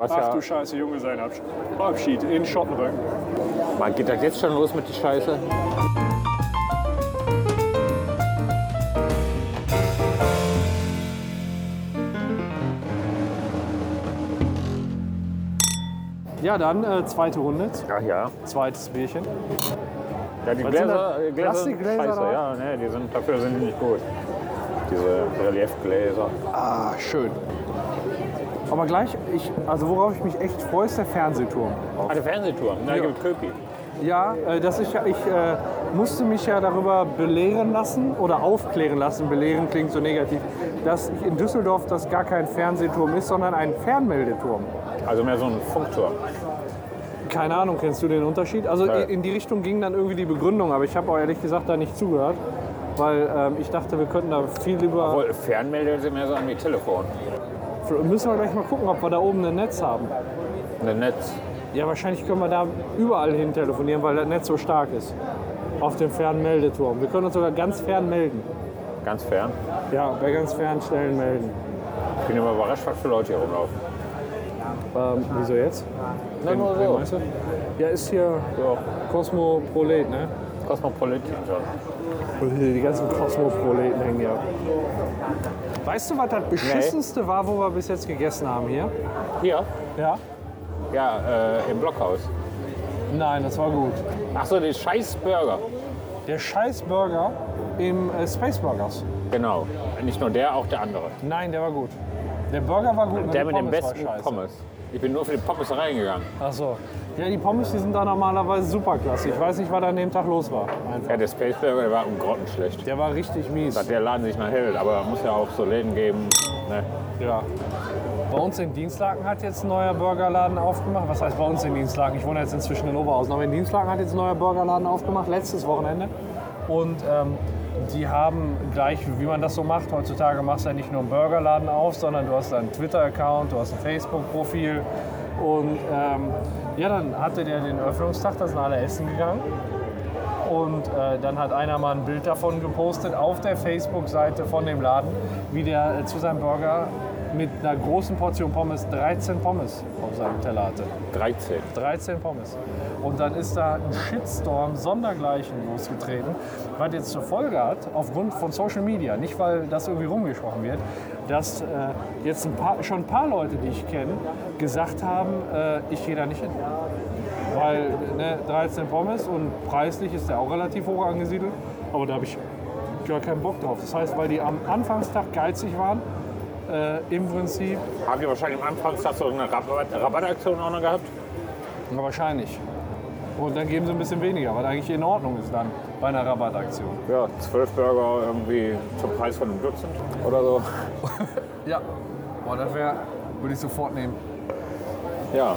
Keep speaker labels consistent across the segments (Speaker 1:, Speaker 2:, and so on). Speaker 1: Was
Speaker 2: Ach
Speaker 1: ja,
Speaker 2: du Scheiße, Junge, sein Absch- Abschied in Schottenröcken.
Speaker 1: man geht das jetzt schon los mit die Scheiße.
Speaker 2: Ja, dann äh, zweite Runde,
Speaker 1: Ach ja.
Speaker 2: zweites Bierchen.
Speaker 1: Ja, die
Speaker 2: Was
Speaker 1: Gläser,
Speaker 2: sind das?
Speaker 1: äh, Gläser sind
Speaker 2: Plastikgläser
Speaker 1: scheiße,
Speaker 2: oder
Speaker 1: ja, ne, die sind, dafür sind die nicht gut. Diese Reliefgläser.
Speaker 2: Ah, schön. Aber gleich, ich, also worauf ich mich echt freue, ist der Fernsehturm.
Speaker 1: Ah, der Fernsehturm, ne,
Speaker 2: Ja.
Speaker 1: gibt Köpi.
Speaker 2: Ja, äh, das ist ja, ich äh, musste mich ja darüber belehren lassen oder aufklären lassen. Belehren klingt so negativ, dass in Düsseldorf das gar kein Fernsehturm ist, sondern ein Fernmeldeturm.
Speaker 1: Also mehr so ein Funkturm.
Speaker 2: Keine Ahnung, kennst du den Unterschied? Also
Speaker 1: Nee.
Speaker 2: in die Richtung ging dann irgendwie die Begründung, aber ich habe auch ehrlich gesagt da nicht zugehört, weil ähm, ich dachte, wir könnten da viel lieber.
Speaker 1: Obwohl, Fernmelder sind mehr so an wie Telefon.
Speaker 2: Müssen wir gleich mal gucken, ob wir da oben ein Netz haben.
Speaker 1: Ein Netz.
Speaker 2: Ja, wahrscheinlich können wir da überall hin telefonieren, weil das Netz so stark ist. Auf dem Fernmeldeturm. Wir können uns sogar ganz fern melden.
Speaker 1: Ganz fern.
Speaker 2: Ja, bei ganz fernen Stellen melden.
Speaker 1: Ich bin immer überrascht, was für Leute hier rumlaufen.
Speaker 2: Ähm, wieso jetzt?
Speaker 1: Na, nur
Speaker 2: wen
Speaker 1: so.
Speaker 2: meinst du? Ja, ist hier
Speaker 1: So,
Speaker 2: Cosmoprolet, ne?
Speaker 1: Kosmopolitin schon.
Speaker 2: Die ganzen Cosmoproleten hängen hier ab. Weißt du, was das Beschissenste war, wo wir bis jetzt gegessen haben hier?
Speaker 1: Hier?
Speaker 2: Ja?
Speaker 1: Ja, äh, im Blockhaus.
Speaker 2: Nein, das war gut.
Speaker 1: Ach so, die scheiß Burger.
Speaker 2: Der Scheißburger im äh, Space Burgers.
Speaker 1: Genau. Nicht nur der, auch der andere.
Speaker 2: Nein, der war gut. Der Burger war gut. nur
Speaker 1: Der
Speaker 2: die
Speaker 1: mit den
Speaker 2: Pommes war
Speaker 1: besten
Speaker 2: scheiße.
Speaker 1: Pommes. Ich bin nur für die Pommes reingegangen.
Speaker 2: Ach so. Ja, die Pommes, die sind da normalerweise superklasse. Ich weiß nicht, was an dem Tag los war. Einfach.
Speaker 1: Ja, der Space Burger der war um Grotten schlecht.
Speaker 2: Der war richtig mies.
Speaker 1: Dass der Laden sich mal hält, aber muss ja auch so Läden geben. Ne?
Speaker 2: Ja. Bei uns in Dienstlaken hat jetzt ein neuer Burgerladen aufgemacht. Was heißt bei uns in Dienstlaken? Ich wohne jetzt inzwischen in Oberhausen. Aber in Dienstlaken hat jetzt ein neuer Burgerladen aufgemacht, letztes Wochenende. Und ähm, die haben gleich, wie man das so macht, heutzutage machst du ja nicht nur einen Burgerladen auf, sondern du hast einen Twitter-Account, du hast ein Facebook-Profil. Und ähm, ja, dann hatte der den Öffnungstag, da sind alle essen gegangen. Und äh, dann hat einer mal ein Bild davon gepostet auf der Facebook-Seite von dem Laden, wie der äh, zu seinem Burger mit einer großen Portion Pommes 13 Pommes auf seinem Teller hatte.
Speaker 1: 13.
Speaker 2: 13 Pommes. Und dann ist da ein Shitstorm sondergleichen losgetreten, was jetzt zur Folge hat, aufgrund von Social Media, nicht weil das irgendwie rumgesprochen wird, dass äh, jetzt ein paar, schon ein paar Leute, die ich kenne, gesagt haben, äh, ich gehe da nicht hin. Weil ne, 13 Pommes und preislich ist der auch relativ hoch angesiedelt, aber da habe ich gar keinen Bock drauf. Das heißt, weil die am Anfangstag geizig waren, äh, im Prinzip
Speaker 1: Habt ihr wahrscheinlich am Anfang so eine Rabatt Rabattaktion auch noch gehabt?
Speaker 2: Ja, wahrscheinlich. Und dann geben sie ein bisschen weniger, was eigentlich in Ordnung ist dann bei einer Rabattaktion.
Speaker 1: Ja, zwölf Burger irgendwie zum Preis von einem Dutzend oder so.
Speaker 2: Ja, boah, das wäre, würde ich sofort nehmen.
Speaker 1: Ja.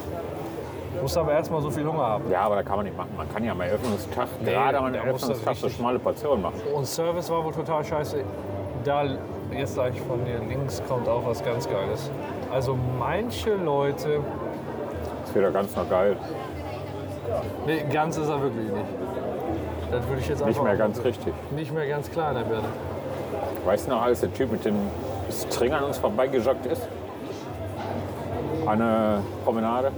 Speaker 2: Muss aber erstmal so viel Hunger haben.
Speaker 1: ja, aber da kann man nicht machen. Man kann ja am Eröffnungstag,
Speaker 2: Nee,
Speaker 1: gerade am
Speaker 2: da muss das
Speaker 1: Eröffnungstag so
Speaker 2: richtig-
Speaker 1: schmale Portionen machen.
Speaker 2: Und Service war wohl total scheiße. Da jetzt gleich von dir links kommt auch was ganz Geiles. Also manche Leute,
Speaker 1: Ist wieder ganz noch geil.
Speaker 2: nee, ganz ist er wirklich nicht. Das würde ich jetzt
Speaker 1: Nicht
Speaker 2: einfach
Speaker 1: mehr ganz richtig.
Speaker 2: nicht mehr ganz klar in der Birne.
Speaker 1: Weißt du noch, als der Typ mit dem String an uns vorbeigejoggt ist? An der Promenade?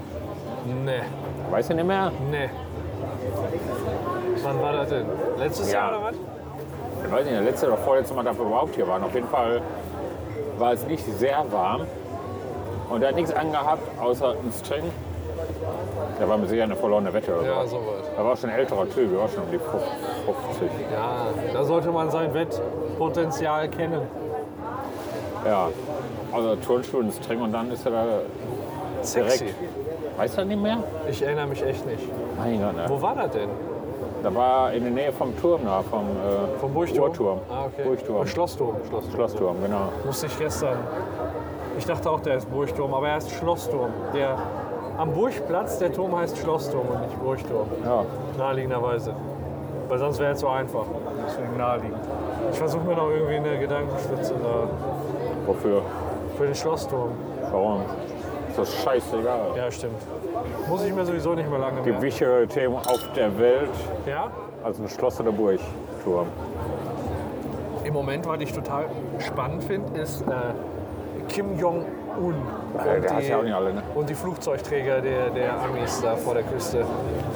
Speaker 2: Nee,
Speaker 1: Weißt du nicht mehr?
Speaker 2: nee. Wann war das denn? Letztes
Speaker 1: Ja.
Speaker 2: Jahr oder was?
Speaker 1: Ich weiß nicht, der letzte oder vorletzte Mal, dass wir überhaupt hier waren. Auf jeden Fall war es nicht sehr warm. Und er hat nichts angehabt, außer einen String. Da war mir sicher eine verlorene Wette oder
Speaker 2: Ja,
Speaker 1: so.
Speaker 2: sowas.
Speaker 1: Er war schon ein älterer Typ, er war schon um die 50.
Speaker 2: Ja, da sollte man sein Wettpotenzial kennen.
Speaker 1: Ja. Also Turnschuhe und String und dann ist er da direkt. Weiß er nicht mehr?
Speaker 2: Ich erinnere mich echt nicht.
Speaker 1: Mein Gott, ne?
Speaker 2: Wo war das denn?
Speaker 1: Da war in der Nähe vom Turm da, vom, äh,
Speaker 2: Vom Burgturm?
Speaker 1: Uhrturm.
Speaker 2: Ah, okay.
Speaker 1: Burgturm.
Speaker 2: Äh, Schlossturm. Schlossturm.
Speaker 1: Schlossturm, genau.
Speaker 2: Musste ich gestern. Ich dachte auch, der ist Burgturm, aber er ist Schlossturm. Der, am Burgplatz, der Turm heißt Schlossturm und nicht Burgturm.
Speaker 1: Ja.
Speaker 2: Naheliegenderweise. Weil sonst wäre es so einfach. Deswegen naheliegend. Ich versuche mir noch irgendwie eine Gedankenstütze da.
Speaker 1: Wofür?
Speaker 2: Für den Schlossturm.
Speaker 1: Warum? Ist das scheißegal.
Speaker 2: Ja, stimmt. Muss ich mir sowieso nicht mehr lange
Speaker 1: Die
Speaker 2: merken.
Speaker 1: wichtigere Themen auf der Welt
Speaker 2: Ja?
Speaker 1: als ein Schloss oder Burgturm.
Speaker 2: im Moment, was ich total spannend finde, ist äh, Kim Jong-un. un.
Speaker 1: Ja,
Speaker 2: Und
Speaker 1: der hat's ja auch nicht alle, ne?
Speaker 2: und die Flugzeugträger der, der Amis da vor der Küste.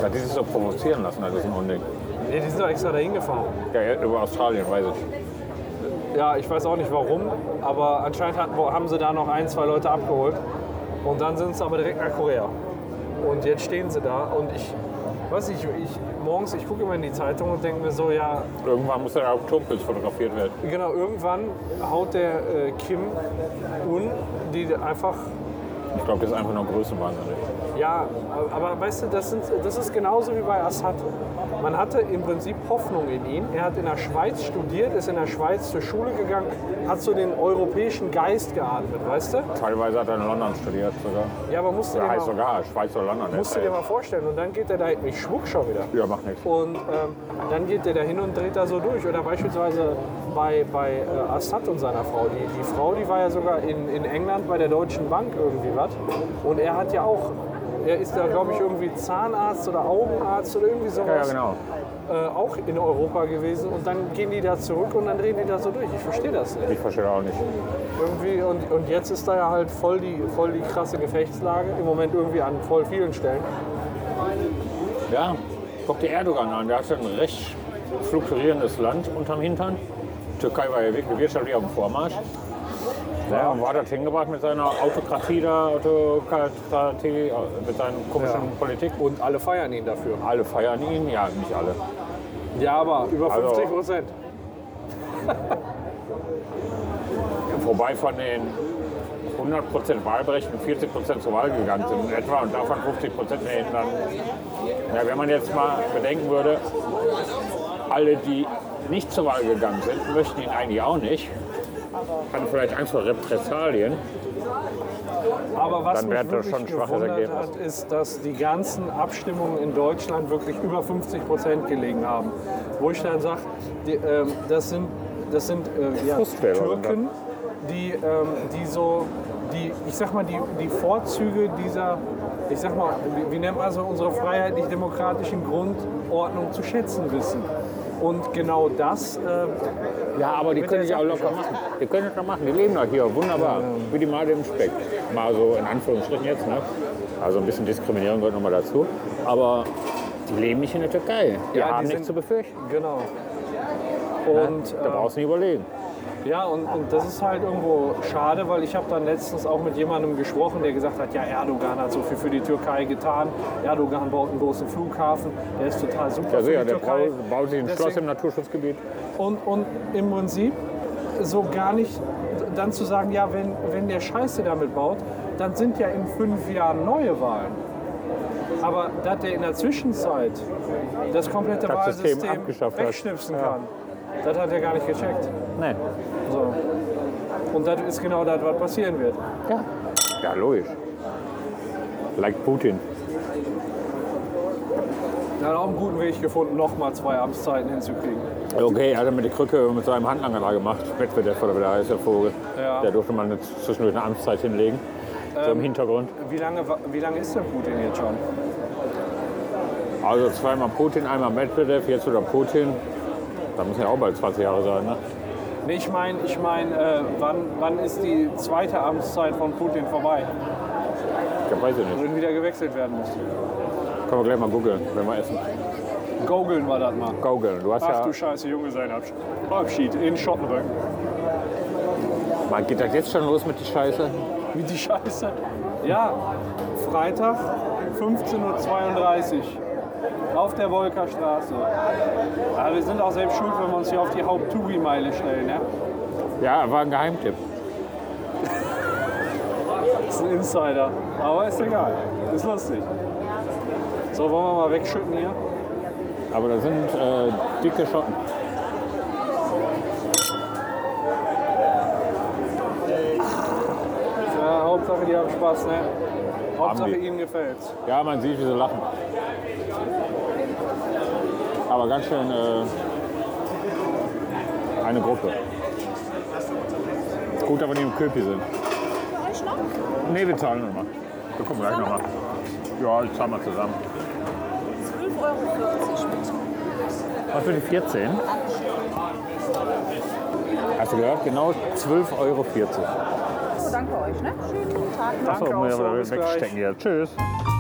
Speaker 1: Ja, die sich so provozieren lassen, das ist ein Unding.
Speaker 2: Ja, die sind doch extra dahin gefahren.
Speaker 1: Ja, ja, über Australien, weiß ich.
Speaker 2: Ja, ich weiß auch nicht warum, aber anscheinend hat, wo- haben sie da noch ein, zwei Leute abgeholt. Und dann sind sie aber direkt nach Korea. Und jetzt stehen sie da und ich, weiß nicht, ich, morgens, ich gucke immer in die Zeitung und denke mir so, ja,
Speaker 1: Irgendwann muss der auch Tumpels fotografiert werden.
Speaker 2: genau, irgendwann haut der äh, Kim Un, die einfach,
Speaker 1: Ich glaube, das ist einfach nur Größenwahnsinnig.
Speaker 2: ja, aber weißt du, das, sind, das ist genauso wie bei Assad. Man hatte im Prinzip Hoffnung in ihn. Er hat in der Schweiz studiert, ist in der Schweiz zur Schule gegangen, hat so den europäischen Geist geatmet, weißt du?
Speaker 1: Teilweise hat er in London studiert sogar.
Speaker 2: Ja, aber musst du,
Speaker 1: Ja,
Speaker 2: dir,
Speaker 1: heißt
Speaker 2: mal,
Speaker 1: sogar, Schweiz oder London.
Speaker 2: Genau. musst du dir mal vorstellen. Und dann geht er da ich schwuck schon wieder.
Speaker 1: ja, macht nichts.
Speaker 2: Und ähm, dann geht der da hin und dreht da so durch. Oder beispielsweise bei, bei äh, Assad und seiner Frau. Die, die Frau, die war ja sogar in, in England bei der Deutschen Bank irgendwie was. Und er hat ja auch, er ist da glaube ich irgendwie Zahnarzt oder Augenarzt oder irgendwie sowas.
Speaker 1: Ja, ja, genau.
Speaker 2: äh, auch in Europa gewesen. Und dann gehen die da zurück und dann drehen die da so durch. Ich verstehe das nicht.
Speaker 1: Ich verstehe auch nicht.
Speaker 2: Irgendwie und, und jetzt ist da ja halt voll die, voll die krasse Gefechtslage. Im Moment irgendwie an voll vielen Stellen.
Speaker 1: Ja, guck dir Erdogan an. Der hat ja ein recht fluktuierendes Land unterm Hintern. Türkei war ja wirklich wirtschaftlich auf dem Vormarsch. Ja, und war das hingebracht mit seiner Autokratie da, Autokratie, äh, mit seiner komischen
Speaker 2: Ja.
Speaker 1: Politik.
Speaker 2: Und alle feiern ihn dafür.
Speaker 1: Alle feiern ihn, ja, nicht alle.
Speaker 2: Ja, aber über
Speaker 1: Also-
Speaker 2: 50 Prozent.
Speaker 1: Wobei von den 100% Wahlberechtigten 40% zur Wahl gegangen sind in etwa und davon 50% in den Ländern. Ja, wenn man jetzt mal bedenken würde, alle, die nicht zur Wahl gegangen sind, möchten ihn eigentlich auch nicht. Hatten vielleicht Angst vor Repressalien.
Speaker 2: Aber was
Speaker 1: Dann
Speaker 2: mich
Speaker 1: wäre das
Speaker 2: wirklich
Speaker 1: schon ein schwaches
Speaker 2: gewundert
Speaker 1: Ergebnis.
Speaker 2: hat, ist, dass die ganzen Abstimmungen in Deutschland wirklich über 50 Prozent gelegen haben. Wo ich dann sage, ähm, das sind, das sind äh, ja,
Speaker 1: Fußballer sind das.
Speaker 2: Türken, die, ähm, die so, die, ich sag mal, die, die Vorzüge dieser, ich sag mal, wie, wie nennt man so, unserer freiheitlich-demokratischen Grundordnung zu schätzen wissen. Und genau das, äh,
Speaker 1: Ja, aber die
Speaker 2: Mit
Speaker 1: können
Speaker 2: der
Speaker 1: sich auch locker machen. Die können das doch machen. Die leben doch hier. Wunderbar. Wie die Made im Speck. Mal so in Anführungsstrichen jetzt. Ne? Also ein bisschen Diskriminierung gehört nochmal dazu. Aber die leben nicht in der Türkei. Die
Speaker 2: Ja, die
Speaker 1: haben nichts
Speaker 2: sind-
Speaker 1: zu befürchten.
Speaker 2: genau. Und,
Speaker 1: Da brauchst du nicht überlegen.
Speaker 2: Ja, und, und das ist halt irgendwo schade, weil ich habe dann letztens auch mit jemandem gesprochen, der gesagt hat, ja, Erdogan hat so viel für die Türkei getan. Erdogan baut einen großen Flughafen, der ist total super
Speaker 1: Ja,
Speaker 2: für
Speaker 1: sicher,
Speaker 2: die
Speaker 1: der
Speaker 2: Türkei.
Speaker 1: baut, baut sich ein
Speaker 2: Deswegen-
Speaker 1: Schloss im Naturschutzgebiet.
Speaker 2: Und, und im Prinzip so gar nicht dann zu sagen, ja, wenn, wenn der Scheiße damit baut, dann sind ja in fünf Jahren neue Wahlen. Aber dass der in der Zwischenzeit das komplette
Speaker 1: Das System
Speaker 2: Wahlsystem
Speaker 1: abgeschafft hat.
Speaker 2: wegschnipsen kann, das hat er gar nicht gecheckt.
Speaker 1: Nein.
Speaker 2: So. Und das ist genau das, was passieren wird.
Speaker 1: Ja. Ja, logisch. Like Putin.
Speaker 2: Er hat auch einen guten Weg gefunden, nochmal zwei Amtszeiten hinzukriegen.
Speaker 1: Okay, er hat er mit der Krücke mit seinem Handlanger da gemacht. Medvedev oder wie der heißt, der Vogel.
Speaker 2: Ja. Ähm.
Speaker 1: Der durfte mal eine, zwischendurch eine Amtszeit hinlegen. So im Hintergrund.
Speaker 2: Wie lange, wa- wie lange ist denn Putin jetzt schon?
Speaker 1: Also zweimal Putin, einmal Medvedev, jetzt wieder Putin. Da müssen ja auch bald 20 Jahre sein, ne?
Speaker 2: Nee, ich meine, ich mein, äh, wann, wann ist die zweite Amtszeit von Putin vorbei?
Speaker 1: Ich weiß ich nicht.
Speaker 2: Wenn wieder gewechselt werden muss.
Speaker 1: Können wir gleich mal googeln, wenn wir essen.
Speaker 2: Gogeln war das mal.
Speaker 1: Googeln. Du hast
Speaker 2: Ach
Speaker 1: ja.
Speaker 2: du Scheiße, Junge, sein Absch- Abschied in Schottenrücken.
Speaker 1: Man geht das jetzt schon los mit der Scheiße.
Speaker 2: Wie die Scheiße. Ja, Freitag, 15.32 Uhr. Auf der Wolker Straße. Aber wir sind auch selbst schuld, wenn wir uns hier auf die Haupt-Touri-Meile stellen. ne? Ja?
Speaker 1: Ja, war ein Geheimtipp.
Speaker 2: Das ist ein Insider. Aber ist egal. Ist lustig. So, wollen wir mal wegschütten hier?
Speaker 1: Aber da sind äh, dicke Schotten.
Speaker 2: Ja, Hauptsache, die haben Spaß, ne? Hauptsache,
Speaker 1: die.
Speaker 2: ihnen gefällt's.
Speaker 1: Ja, man sieht, wie sie lachen. Aber ganz schön äh, eine Gruppe. Ist gut, aber die im Köpi sind. Nee, wir zahlen nochmal. Wir gucken gleich nochmal. Ja, ich zahl mal zusammen.
Speaker 3: 12,40 Euro bitte.
Speaker 1: Was für die 14? Hast du gehört? Genau 12,40 Euro.
Speaker 3: danke euch. Ne? Schönen guten Tag. noch.
Speaker 2: Danke
Speaker 1: Achso,
Speaker 2: auch
Speaker 1: muss ich
Speaker 2: so,
Speaker 1: aber
Speaker 2: bis
Speaker 1: wegstecken hier.
Speaker 2: gleich.
Speaker 1: Tschüss.